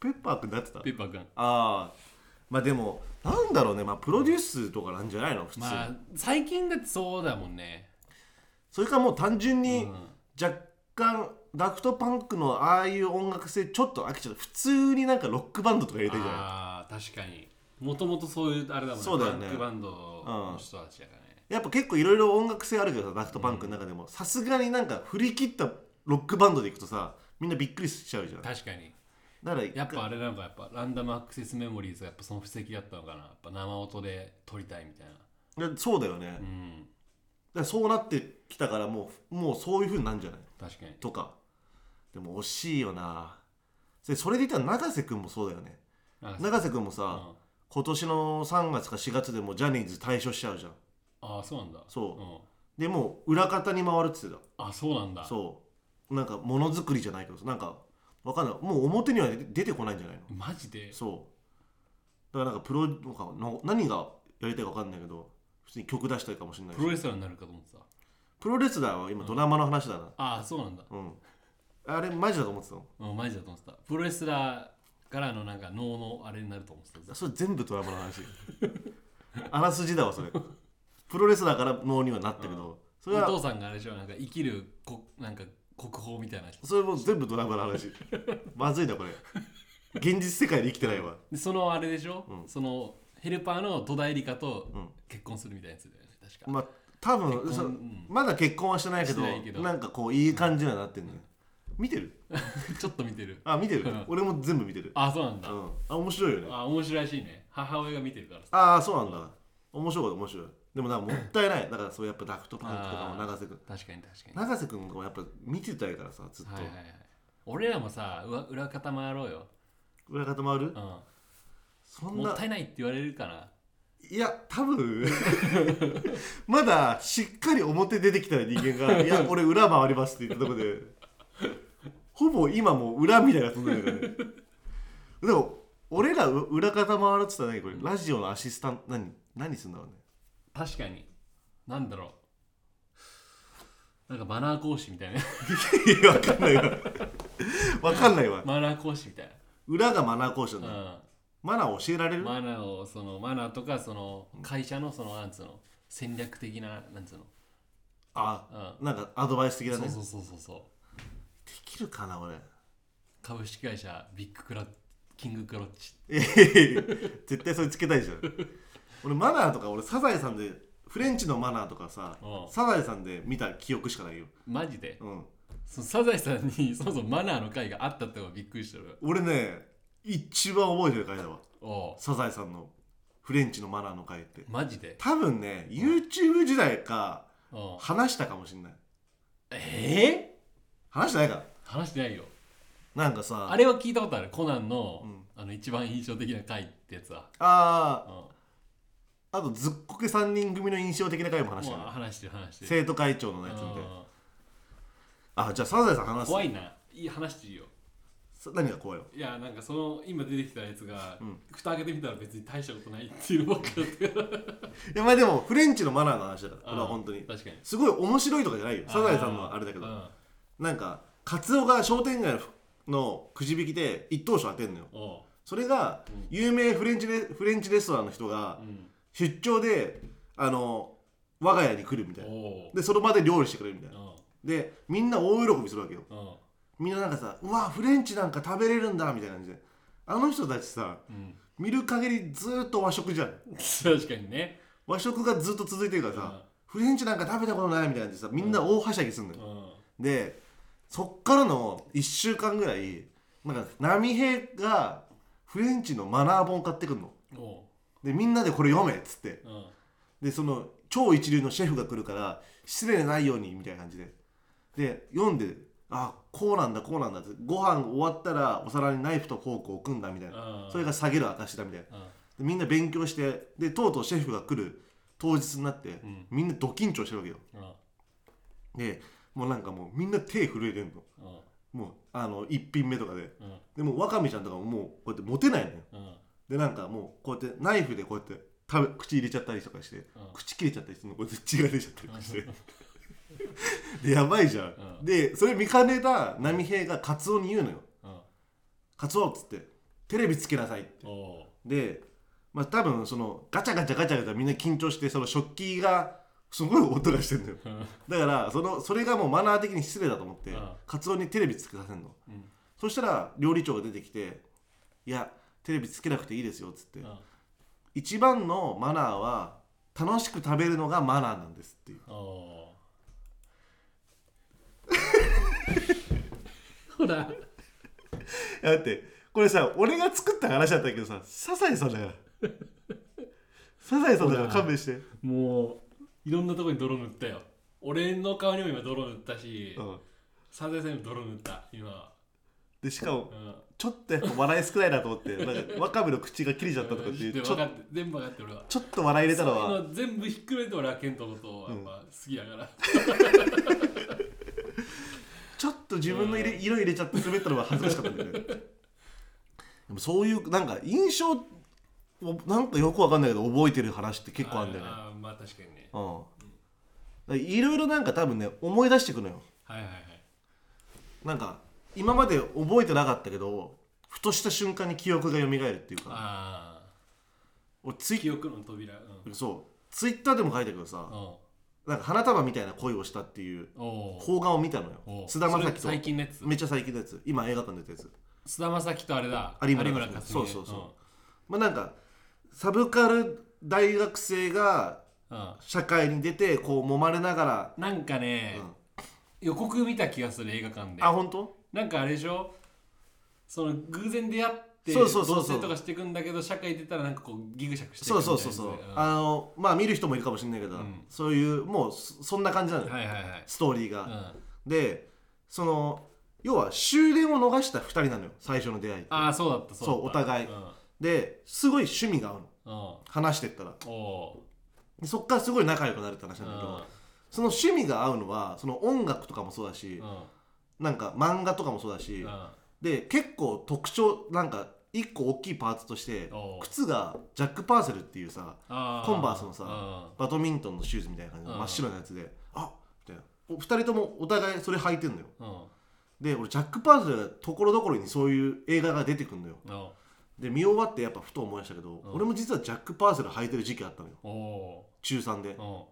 [SPEAKER 2] ペッパーくんだってた
[SPEAKER 1] ペッパーくん
[SPEAKER 2] ああまあでもなんだろうねまあプロデュースとかなんじゃないの普通、
[SPEAKER 1] まあ最近だってそうだもんね
[SPEAKER 2] それかもう単純
[SPEAKER 1] う
[SPEAKER 2] に
[SPEAKER 1] ん
[SPEAKER 2] 若干ダクトパンクのああいう音楽性ちょっと飽きちゃった普通になんかロックバンドとかやりたいじゃない
[SPEAKER 1] あー確かにもともとそういうあれだもん
[SPEAKER 2] そうだよね
[SPEAKER 1] パンクバンドの人たちだからね、
[SPEAKER 2] やっぱ結構いろいろ音楽性あるけどさダフトパンクの中でもさすがになんか振り切ったロックバンドでいくとさみんなびっくりしちゃうじゃんだか
[SPEAKER 1] 確かに
[SPEAKER 2] ら
[SPEAKER 1] やっぱあれなんかやっぱランダムアクセスメモリーズがやっぱその布石だったのかなやっぱ生音で撮りたいみたいな
[SPEAKER 2] そうだよね、だ
[SPEAKER 1] う
[SPEAKER 2] か
[SPEAKER 1] ん
[SPEAKER 2] らそうなってきたからもうもうそういう風になんじゃない
[SPEAKER 1] 確かに
[SPEAKER 2] とかでも惜しいよなでそれで言ったら永瀬君もそうだよね
[SPEAKER 1] なんか
[SPEAKER 2] 永瀬君もさ、
[SPEAKER 1] うん
[SPEAKER 2] 今年の3月か4月でもうジャニーズ退所しちゃうじゃん
[SPEAKER 1] ああそうなんだ
[SPEAKER 2] そう
[SPEAKER 1] うん
[SPEAKER 2] でもう裏方に回るっつって
[SPEAKER 1] あそうなんだ
[SPEAKER 2] たそうなんかものづくりじゃないけどさなんかわかんないもう表には出て出てこないんじゃないの
[SPEAKER 1] マジで
[SPEAKER 2] そうだからなんかプロなんかの何がやりたいか分かんないけど普通に曲出したいかもしれないし
[SPEAKER 1] プロレスラーになるかと思ってた
[SPEAKER 2] プロレスラーは今ドラマの話だな
[SPEAKER 1] ああそうなんだ
[SPEAKER 2] うん、あれマジだと思ってたの
[SPEAKER 1] うんマジだと思ってたプロレスラーからのなんか脳のあれになると思ってた
[SPEAKER 2] それ全部ドラマの話 あらすじだわそれプロレスラーから脳にはなったけど、それ
[SPEAKER 1] お
[SPEAKER 2] は
[SPEAKER 1] 父さんがあれでしょなんか生きるこなんか国宝みたいな人
[SPEAKER 2] それも全部ドラマの話まずいなこれ現実世界で生きてないわ
[SPEAKER 1] でそのあれでしょ、
[SPEAKER 2] うん
[SPEAKER 1] そのヘルパーの戸田恵梨香と
[SPEAKER 2] うん
[SPEAKER 1] 結婚するみたいなやつだよね確か、
[SPEAKER 2] まあ多
[SPEAKER 1] 結
[SPEAKER 2] 分
[SPEAKER 1] 婚
[SPEAKER 2] そう
[SPEAKER 1] うん
[SPEAKER 2] まだ結婚はしてないけど
[SPEAKER 1] してないけど
[SPEAKER 2] なんかこういい感じにはなってんのよ、見てる
[SPEAKER 1] ちょっと見てる
[SPEAKER 2] あ見てる、
[SPEAKER 1] うん
[SPEAKER 2] 俺も全部見てる
[SPEAKER 1] あそうなんだ、
[SPEAKER 2] うん、あ面白いよね
[SPEAKER 1] あ面白いらしいね母親が見てるからさ
[SPEAKER 2] ああそうなんだ面白い面白いでもなんかもったいないだからそうやっぱダクトパンクとかも
[SPEAKER 1] あー
[SPEAKER 2] 永瀬君
[SPEAKER 1] 確かに確かに
[SPEAKER 2] 永瀬君がやっぱ見てたいからさずっと、
[SPEAKER 1] はいはいはい俺らもさうわ裏方回ろうよ、
[SPEAKER 2] 裏方回る、
[SPEAKER 1] う
[SPEAKER 2] そ
[SPEAKER 1] ん、
[SPEAKER 2] ん
[SPEAKER 1] も
[SPEAKER 2] な
[SPEAKER 1] ったいないって言われるかない
[SPEAKER 2] や多分 まだしっかり表出てきた人間が「いや俺裏回ります」って言ったとこでほぼ今もう裏みたいな存在だよねでも俺らう裏方回るって言ったら何これラジオのアシスタント何何するんだろうね
[SPEAKER 1] 確かになんだろうなんかマナー講師みたい な
[SPEAKER 2] いやわかんないわわかんないわ
[SPEAKER 1] マナー講師みたい
[SPEAKER 2] 裏がマナー講師なんだ、
[SPEAKER 1] な、
[SPEAKER 2] マナー教えられ
[SPEAKER 1] う
[SPEAKER 2] る、
[SPEAKER 1] ん、マナーをそのマナーとかその会社のそのなんつうの戦略的ななんつうの、
[SPEAKER 2] あ
[SPEAKER 1] う
[SPEAKER 2] なんかアドバイス的だ
[SPEAKER 1] ん、そ
[SPEAKER 2] ね
[SPEAKER 1] うそうそうそうそう
[SPEAKER 2] できるか な俺
[SPEAKER 1] 株式会社ビッグクラキングクロッチ
[SPEAKER 2] えへへ絶対それつけたいじゃん俺マナーとか俺サザエさんでフレンチのマナーとかさ
[SPEAKER 1] うん
[SPEAKER 2] サザエさんで見た記憶しかないよ、
[SPEAKER 1] マジで
[SPEAKER 2] うん、
[SPEAKER 1] そのサザエさんにそもそもマナーの会があったってのがびっくりしてる
[SPEAKER 2] 俺ね一番覚えてる回だわ
[SPEAKER 1] おう
[SPEAKER 2] サザエさんのフレンチのマナーの回って
[SPEAKER 1] マジで
[SPEAKER 2] 多分ね YouTube 時代か
[SPEAKER 1] おう
[SPEAKER 2] 話したかもしんない
[SPEAKER 1] え
[SPEAKER 2] 話してないか
[SPEAKER 1] ー、話してないよ
[SPEAKER 2] なんかさ
[SPEAKER 1] あれは聞いたことあるコナンの,、
[SPEAKER 2] うん
[SPEAKER 1] あの一番印象的な回ってやつは、
[SPEAKER 2] あ
[SPEAKER 1] うん、も
[SPEAKER 2] ーあとずっこけ3人組の印象的な回も
[SPEAKER 1] う
[SPEAKER 2] 話してない
[SPEAKER 1] 話してる話してる
[SPEAKER 2] 生徒会長のやつみたいな
[SPEAKER 1] うん
[SPEAKER 2] あじゃあサザエさん話す
[SPEAKER 1] 怖いないい話していいよ
[SPEAKER 2] さ何が怖いの
[SPEAKER 1] いやなんかその今出てきたやつが、
[SPEAKER 2] うん
[SPEAKER 1] 蓋開けてみたら別に大したことないっていうのばっかだったから
[SPEAKER 2] いやまあでもフレンチのマナーの話だからこれは本当に
[SPEAKER 1] 確かに
[SPEAKER 2] すごい面白いとかじゃないよサザエさんのあれだけ
[SPEAKER 1] う
[SPEAKER 2] ど
[SPEAKER 1] ん
[SPEAKER 2] なんかカツオが商店街のふのくじ引きで一等賞当てんのよ
[SPEAKER 1] おう
[SPEAKER 2] それが
[SPEAKER 1] うん
[SPEAKER 2] 有名フレンチレフレンチレストランの人が
[SPEAKER 1] うん
[SPEAKER 2] 出張であの我が家に来るみたいな
[SPEAKER 1] おう
[SPEAKER 2] でその場で料理してくれるみたいな
[SPEAKER 1] うん
[SPEAKER 2] でみんな大喜びするわけよ
[SPEAKER 1] うん
[SPEAKER 2] みんななんかさ「うわフレンチなんか食べれるんだ」みたいな感じであの人たちさ
[SPEAKER 1] うん
[SPEAKER 2] 見る限りずーっと和食じゃん
[SPEAKER 1] 確かにね
[SPEAKER 2] 和食がずっと続いてるからさ、フレンチなんか食べたことないみたいな感じでさみんな大はしゃぎすんの
[SPEAKER 1] う
[SPEAKER 2] よ、
[SPEAKER 1] ん
[SPEAKER 2] でそっからの1週間ぐらいなんか波平がフレンチのマナー本買ってくんの
[SPEAKER 1] おう
[SPEAKER 2] でみんなでこれ読めっつって
[SPEAKER 1] うん
[SPEAKER 2] でその超一流のシェフが来るから失礼ないようにみたいな感じでで読んであこうなんだこうなんだってご飯終わったらお皿にナイフとフォークを置くんだみたいな
[SPEAKER 1] うん
[SPEAKER 2] それが下げる証だみたいな
[SPEAKER 1] うん
[SPEAKER 2] でみんな勉強してでとうとうシェフが来る当日になって、
[SPEAKER 1] ん
[SPEAKER 2] みんなド緊張してるわけよ
[SPEAKER 1] うん
[SPEAKER 2] でもうなんかもうみんな手震えてんの
[SPEAKER 1] うん
[SPEAKER 2] もうあの1品目とかで
[SPEAKER 1] うん
[SPEAKER 2] でもうワカメちゃんとかももうこうやって持てないのよ
[SPEAKER 1] うん
[SPEAKER 2] でなんかもうこうやってナイフでこうやって食べ口入れちゃったりとかして、口切れちゃったりするのこうやって血が出ちゃったりとかしてでやばいじゃん、
[SPEAKER 1] うん
[SPEAKER 2] でそれ見かねた波平がカツオに言うのよ
[SPEAKER 1] うん
[SPEAKER 2] 「カツオ」っつって「テレビつけなさい」って
[SPEAKER 1] おう
[SPEAKER 2] でまあ多分そのガチャガチャガチャガチャみんな緊張してその食器がすごい音がしてるんだよ
[SPEAKER 1] うん
[SPEAKER 2] だからそのそれがもうマナー的に失礼だと思って
[SPEAKER 1] ああ
[SPEAKER 2] カツオにテレビつけさせんの
[SPEAKER 1] うん
[SPEAKER 2] そしたら料理長が出てきて「いやテレビつけなくていいですよ」っつって
[SPEAKER 1] あ
[SPEAKER 2] 「一番のマナーは楽しく食べるのがマナーなんです」っていう
[SPEAKER 1] あほら
[SPEAKER 2] いやだってこれさ俺が作った話だったけどさサザエさんだから サザエさんだから勘弁して、
[SPEAKER 1] もういろんなとこに泥塗ったよ俺の顔にも今泥塗ったし、
[SPEAKER 2] うん、
[SPEAKER 1] サザエさんにも泥塗った今、
[SPEAKER 2] でしかも
[SPEAKER 1] うん、
[SPEAKER 2] ちょっとやっぱ笑い少ないなと思ってなんかワカメの口が切れちゃったとかってい
[SPEAKER 1] で
[SPEAKER 2] うちょ
[SPEAKER 1] 分かって全部分かって俺は
[SPEAKER 2] ちょっと笑い入れたの
[SPEAKER 1] そうい
[SPEAKER 2] は
[SPEAKER 1] うの全部ひっくるめて俺はケントのことをやっぱ好きだから、
[SPEAKER 2] ちょっと自分の入れ色入れちゃって滑ったのは恥ずかしかったんだけどでもそういうなんか印象をなんかよくわかんないけど覚えてる話って結構あるんだよね
[SPEAKER 1] あーまあ確かにね
[SPEAKER 2] うんいろいろなんか多分ね思い出してくのよ
[SPEAKER 1] はいはいはい
[SPEAKER 2] なんか今まで覚えてなかったけどふとした瞬間に記憶が蘇るっていうか
[SPEAKER 1] あ
[SPEAKER 2] 俺ツ
[SPEAKER 1] あ記
[SPEAKER 2] イ
[SPEAKER 1] 憶の扉うん、うん、
[SPEAKER 2] そうツイッターでも書いたけどさ
[SPEAKER 1] お
[SPEAKER 2] なんか花束みたいな恋をしたっていう
[SPEAKER 1] お
[SPEAKER 2] 邦画を見たの
[SPEAKER 1] お
[SPEAKER 2] よ
[SPEAKER 1] う
[SPEAKER 2] 菅田将
[SPEAKER 1] それ最
[SPEAKER 2] 暉と
[SPEAKER 1] 近のやつ
[SPEAKER 2] めっちゃ最近のやつ今映画館で出たやつ
[SPEAKER 1] 菅田将暉とあれだ
[SPEAKER 2] 有村架純
[SPEAKER 1] 克己
[SPEAKER 2] そうそうそまあなんかサブカル大学生が
[SPEAKER 1] うん、うん
[SPEAKER 2] 社会に出てこう揉まれながら、
[SPEAKER 1] なんかね、
[SPEAKER 2] うん
[SPEAKER 1] 予告見た気がする映画館で
[SPEAKER 2] あ本当
[SPEAKER 1] なんかあれでしょその偶然出会って
[SPEAKER 2] そうそうそうそ
[SPEAKER 1] 同
[SPEAKER 2] う
[SPEAKER 1] 棲とかしていくんだけど社会出たらなんかこうギクシャクしていく
[SPEAKER 2] そ
[SPEAKER 1] み
[SPEAKER 2] う
[SPEAKER 1] たいな
[SPEAKER 2] そう
[SPEAKER 1] やつ
[SPEAKER 2] そうそう、
[SPEAKER 1] んは
[SPEAKER 2] あのまあ見る人もいるかもしれないけど、
[SPEAKER 1] うん
[SPEAKER 2] そういうもうそそんな感じなの
[SPEAKER 1] い
[SPEAKER 2] よ、
[SPEAKER 1] はいはい
[SPEAKER 2] ストーリー
[SPEAKER 1] う
[SPEAKER 2] が、
[SPEAKER 1] ん
[SPEAKER 2] でその要は終電を逃した2人なのよ最初の出会いって
[SPEAKER 1] ああそうだったそうだった
[SPEAKER 2] そうお互い
[SPEAKER 1] うん、うん、
[SPEAKER 2] ですごい趣味が合うの
[SPEAKER 1] お
[SPEAKER 2] 話してったら
[SPEAKER 1] お
[SPEAKER 2] でそっからすごい仲良くなるって話
[SPEAKER 1] う
[SPEAKER 2] なんんだけど、その趣味が合うのはその音楽とかもそうだし、
[SPEAKER 1] うん
[SPEAKER 2] なんか漫画とかもそうだし、で結構特徴なんか一個大きいパーツとして
[SPEAKER 1] おう
[SPEAKER 2] 靴がジャック・パーセルっていうさコンバースのさ
[SPEAKER 1] さ
[SPEAKER 2] バドミントンのシューズみたいな感じの
[SPEAKER 1] うん
[SPEAKER 2] 真っ白なやつであみたいなお二人ともお互いそれ履いてんのよ
[SPEAKER 1] うん
[SPEAKER 2] で俺ジャック・パーセルがところどころにそういう映画が出てくんのよ
[SPEAKER 1] うん
[SPEAKER 2] で見終わってやっぱふと思い出したけど、
[SPEAKER 1] うん
[SPEAKER 2] 俺も実はジャック・パーセル履いてる時期あったのよ
[SPEAKER 1] おお
[SPEAKER 2] 中3で
[SPEAKER 1] うお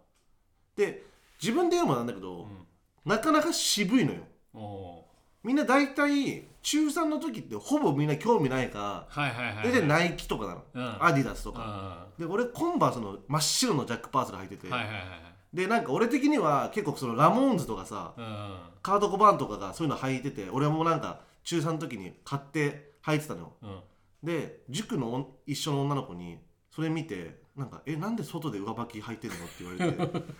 [SPEAKER 2] で自分で言うのもなんだけ
[SPEAKER 1] う
[SPEAKER 2] ど、
[SPEAKER 1] ん
[SPEAKER 2] なかなか渋いのよ
[SPEAKER 1] おお
[SPEAKER 2] みんな大体中3の時ってほぼみんな興味ないか
[SPEAKER 1] はいはいはい
[SPEAKER 2] 大体ナイキとかなの
[SPEAKER 1] うん
[SPEAKER 2] アディダスと
[SPEAKER 1] うん
[SPEAKER 2] か
[SPEAKER 1] は
[SPEAKER 2] で俺コンバースの真っ白のジャック・パーセル履いてて、
[SPEAKER 1] いはいはい
[SPEAKER 2] でなんか俺的には結構そのラモーンズとかさ
[SPEAKER 1] うん
[SPEAKER 2] カード・コバーンとかがそういうの履いてて俺もなんか中3の時に買って履いてたのよ
[SPEAKER 1] うん
[SPEAKER 2] で塾のお一緒の女の子にそれ見てなんか「えなんで外で上履き履いてんの?」って言われてだ か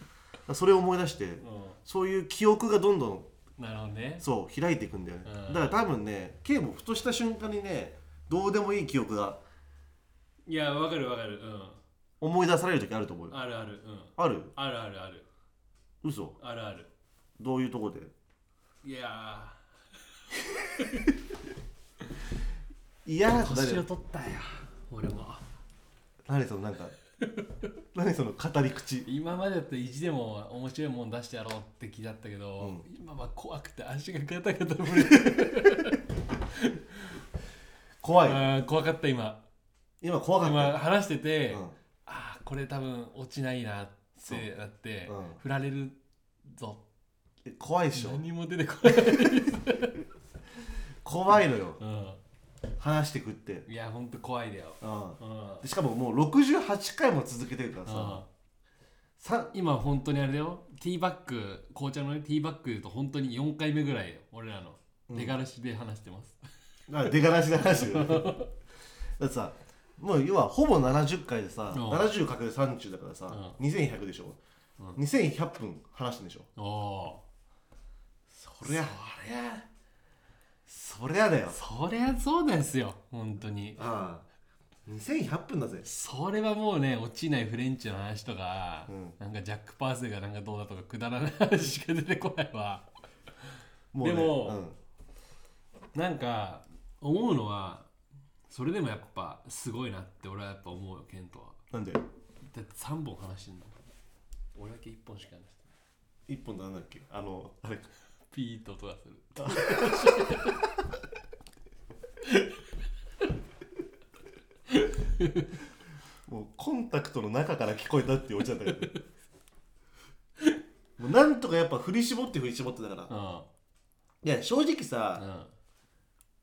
[SPEAKER 2] らそれを思い出して
[SPEAKER 1] う
[SPEAKER 2] そういう記憶がどんどん
[SPEAKER 1] んなるほどね
[SPEAKER 2] そう開いていくんだよね
[SPEAKER 1] うん
[SPEAKER 2] だから多分ね K もふとした瞬間にねどうでもいい記憶が
[SPEAKER 1] いやわかるわかるう
[SPEAKER 2] 思い出される時あると思うんよ
[SPEAKER 1] あるあるうん
[SPEAKER 2] ある
[SPEAKER 1] あるあるある
[SPEAKER 2] 嘘
[SPEAKER 1] あるある
[SPEAKER 2] どういうとこで
[SPEAKER 1] いや
[SPEAKER 2] いやな
[SPEAKER 1] ー
[SPEAKER 2] ことないよ
[SPEAKER 1] 取ったよ俺も
[SPEAKER 2] 何そのなんか 何その語り口
[SPEAKER 1] 今までだったら意地でも面白いもん出してやろうって気だったけど、
[SPEAKER 2] うん
[SPEAKER 1] 今は怖くて足がガタガタ震えて
[SPEAKER 2] 怖い
[SPEAKER 1] あー怖かった今
[SPEAKER 2] 今怖かった
[SPEAKER 1] 今話してて、
[SPEAKER 2] うん
[SPEAKER 1] ああこれ多分落ちないなってなって、
[SPEAKER 2] そううん
[SPEAKER 1] 振られるぞ
[SPEAKER 2] え怖いでしょ
[SPEAKER 1] 何も出てこ ない、
[SPEAKER 2] 怖いのよ
[SPEAKER 1] うん、
[SPEAKER 2] 話してくって
[SPEAKER 1] いやほんと怖いだよ、
[SPEAKER 2] うん
[SPEAKER 1] うん
[SPEAKER 2] でしかももう68回も続けてるから
[SPEAKER 1] うん
[SPEAKER 2] ささ
[SPEAKER 1] 今本当にあれだよティーバッグ紅茶のねティーバッグで言うと本当に4回目ぐらいよ俺らの
[SPEAKER 2] うん
[SPEAKER 1] 出がらしで話してます、
[SPEAKER 2] だから出がらしな 話だよねだってさもう要はほぼ70回でさ
[SPEAKER 1] うん
[SPEAKER 2] 70×30 だからさ2100でしょ
[SPEAKER 1] うん
[SPEAKER 2] 2100分話してんでしょ
[SPEAKER 1] おお
[SPEAKER 2] そりゃそりゃだよ
[SPEAKER 1] そりゃそうですよ本当に
[SPEAKER 2] ああ2100分だぜ
[SPEAKER 1] それはもうね落ちないフレンチの話とか、
[SPEAKER 2] うん
[SPEAKER 1] なんかジャック・パーセルがなんかどうだとかくだらない話しか出てこないわ
[SPEAKER 2] もうね
[SPEAKER 1] でも
[SPEAKER 2] うん
[SPEAKER 1] なんか思うのはそれでもやっぱすごいなって俺はやっぱ思うよケントは
[SPEAKER 2] なんで
[SPEAKER 1] だって3本話してんの俺だけ1本しか話してない
[SPEAKER 2] 1本なんだっけあのあれ
[SPEAKER 1] ピーッと音がする
[SPEAKER 2] もうコンタクトの中から聞こえたっていうおじだったけ どもうなんとかやっぱ振り絞って振り絞ってだから、
[SPEAKER 1] う
[SPEAKER 2] い
[SPEAKER 1] ん
[SPEAKER 2] や正直さ、
[SPEAKER 1] うん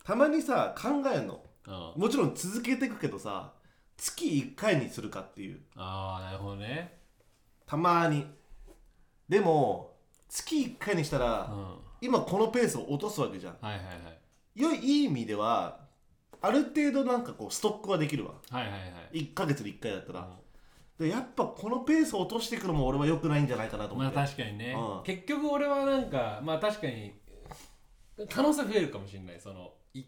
[SPEAKER 2] たまにさ考えんの
[SPEAKER 1] うん
[SPEAKER 2] もちろん続けていくけどさ月1回にするかっていう
[SPEAKER 1] ああなるほどね
[SPEAKER 2] たまにでも月1回にした
[SPEAKER 1] う
[SPEAKER 2] ら、
[SPEAKER 1] んは
[SPEAKER 2] 今このペースを落とすわけじゃん
[SPEAKER 1] いはいはい
[SPEAKER 2] 良いいい意味ではある程度なんかこうストックはできるわ
[SPEAKER 1] はいはいはい
[SPEAKER 2] 1ヶ月に1回だったら、
[SPEAKER 1] う
[SPEAKER 2] でやっぱこのペースを落としていくのも俺は良くないんじゃないかなと
[SPEAKER 1] んま
[SPEAKER 2] 思っ
[SPEAKER 1] あ
[SPEAKER 2] て、
[SPEAKER 1] 確かにね
[SPEAKER 2] うん
[SPEAKER 1] 結局俺はなんかまあ確かに可能性増えるかもしれないそのい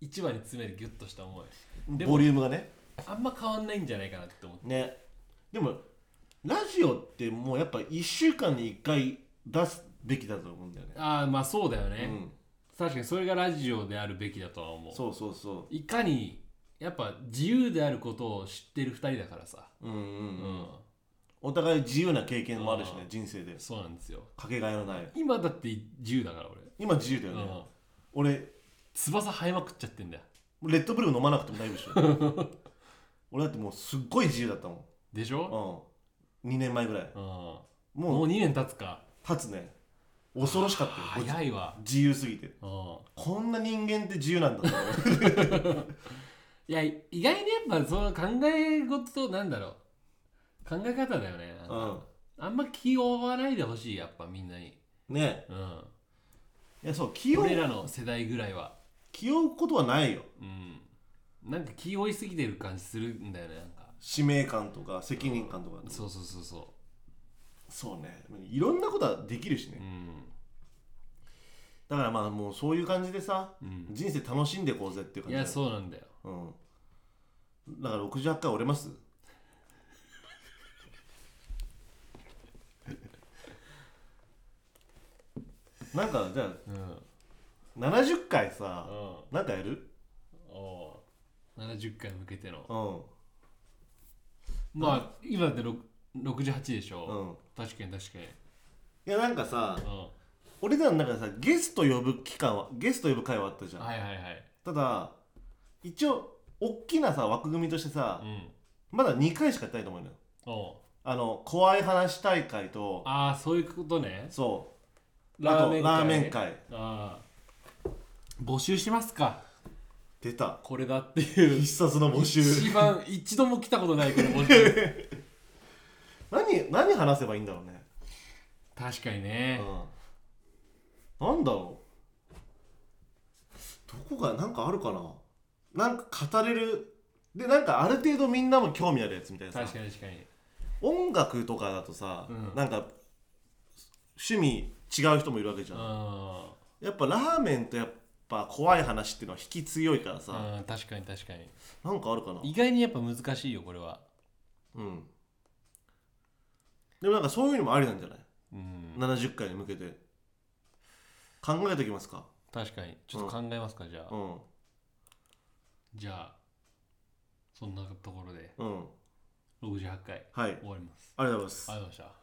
[SPEAKER 1] 一話に詰めるギュッとした思いでも
[SPEAKER 2] ボリュームがね
[SPEAKER 1] あんま変わんないんじゃないかなって思って
[SPEAKER 2] ねでもラジオってもうやっぱ1週間に1回出すべきだと思うんだよね
[SPEAKER 1] ああまあそうだよ
[SPEAKER 2] う
[SPEAKER 1] ね
[SPEAKER 2] ん
[SPEAKER 1] 確かにそれがラジオであるべきだとは思う
[SPEAKER 2] そうそうそ
[SPEAKER 1] いかにやっぱ自由であることを知ってる2人だからさ
[SPEAKER 2] ううんうん
[SPEAKER 1] う
[SPEAKER 2] うん
[SPEAKER 1] ん
[SPEAKER 2] お互い自由な経験もあるし
[SPEAKER 1] う
[SPEAKER 2] ね
[SPEAKER 1] ん
[SPEAKER 2] 人生で
[SPEAKER 1] そうなんですよ
[SPEAKER 2] かけがえのない
[SPEAKER 1] 今だって自由だから
[SPEAKER 2] 今自由だよ
[SPEAKER 1] 俺
[SPEAKER 2] ね、
[SPEAKER 1] うん
[SPEAKER 2] 俺
[SPEAKER 1] 翼生えまくっちゃってんだよ
[SPEAKER 2] レッドブル飲まなくても大丈夫でし ょ俺だってもうすっごい自由だったもん
[SPEAKER 1] でしょ
[SPEAKER 2] うん、2年前ぐらい
[SPEAKER 1] うんも
[SPEAKER 2] も
[SPEAKER 1] う2
[SPEAKER 2] う
[SPEAKER 1] 年経つか
[SPEAKER 2] 経つね恐ろしかったよ
[SPEAKER 1] 早いわ
[SPEAKER 2] 自由すぎて
[SPEAKER 1] うん
[SPEAKER 2] こんな人間って自由なんだと思う
[SPEAKER 1] いや意外にやっぱその考え事なんだろう考え方だよねなんか
[SPEAKER 2] うん
[SPEAKER 1] あんま気を負わないでほしいやっぱみんなに
[SPEAKER 2] ね
[SPEAKER 1] うん
[SPEAKER 2] いやそう気を
[SPEAKER 1] 俺らの世代ぐらいは
[SPEAKER 2] 気負うことはないよ
[SPEAKER 1] うんなんか気負いすぎてる感じするんだよねなんか
[SPEAKER 2] 使命感とか責任感とか、
[SPEAKER 1] そうそうそうそ
[SPEAKER 2] そうねいろんなことはできるし
[SPEAKER 1] う
[SPEAKER 2] ね
[SPEAKER 1] うん
[SPEAKER 2] だからまあもうそういう感じでさ
[SPEAKER 1] うん
[SPEAKER 2] 人生楽しんでこうぜっていう
[SPEAKER 1] い
[SPEAKER 2] 感じだ
[SPEAKER 1] や
[SPEAKER 2] よ
[SPEAKER 1] そうなんだよ
[SPEAKER 2] うん、だから68回折れます なんかじゃあ
[SPEAKER 1] うんうん
[SPEAKER 2] 70回さ、なんかやる
[SPEAKER 1] おう70回向けての
[SPEAKER 2] うん
[SPEAKER 1] まあ今だってろく68でし
[SPEAKER 2] う
[SPEAKER 1] ょ
[SPEAKER 2] ん
[SPEAKER 1] 確かに確かに
[SPEAKER 2] いやなんかさ
[SPEAKER 1] う
[SPEAKER 2] 俺らの中でさゲスト呼ぶ期間はゲスト呼ぶ会はあったじゃ
[SPEAKER 1] ん
[SPEAKER 2] ん、
[SPEAKER 1] はいはいはい
[SPEAKER 2] ただ一応大きなさ枠組みとしてさ
[SPEAKER 1] う、ん
[SPEAKER 2] まだ2回しかやってないと思うのよ
[SPEAKER 1] おう
[SPEAKER 2] あの怖い話大会と
[SPEAKER 1] ああそういうことね
[SPEAKER 2] そうあとラーメン会
[SPEAKER 1] ああ募集しますか
[SPEAKER 2] 出た
[SPEAKER 1] これだって いう
[SPEAKER 2] 必殺の募集
[SPEAKER 1] 一番一度も来たことないこの募 集
[SPEAKER 2] 何何話せばいいんだろうね、
[SPEAKER 1] 確かにね
[SPEAKER 2] うん、なんだろうどこがなんかあるかななんか語れるでなんかある程度みんなも興味あるやつみたいなさ
[SPEAKER 1] 確かに確かに
[SPEAKER 2] 音楽とかだとさ、
[SPEAKER 1] うん
[SPEAKER 2] なんか趣味違う人もいるわけじ
[SPEAKER 1] う
[SPEAKER 2] ゃん、
[SPEAKER 1] ん
[SPEAKER 2] やっぱラーメンとやっぱ怖い話っていうのは引き強いからさ、
[SPEAKER 1] うん確かに確かに
[SPEAKER 2] なんかあるかな
[SPEAKER 1] 意外にやっぱ難しいよこれは
[SPEAKER 2] うんでもなんかそういうのもありなんじゃない
[SPEAKER 1] うん
[SPEAKER 2] 70回に向けて考えておきますか
[SPEAKER 1] 確かにちょっと考えますかじゃ
[SPEAKER 2] う
[SPEAKER 1] あ
[SPEAKER 2] ん
[SPEAKER 1] じゃあそんなところで
[SPEAKER 2] うん
[SPEAKER 1] 68回
[SPEAKER 2] はいありがと
[SPEAKER 1] 終わります
[SPEAKER 2] うございます
[SPEAKER 1] ありがとうございました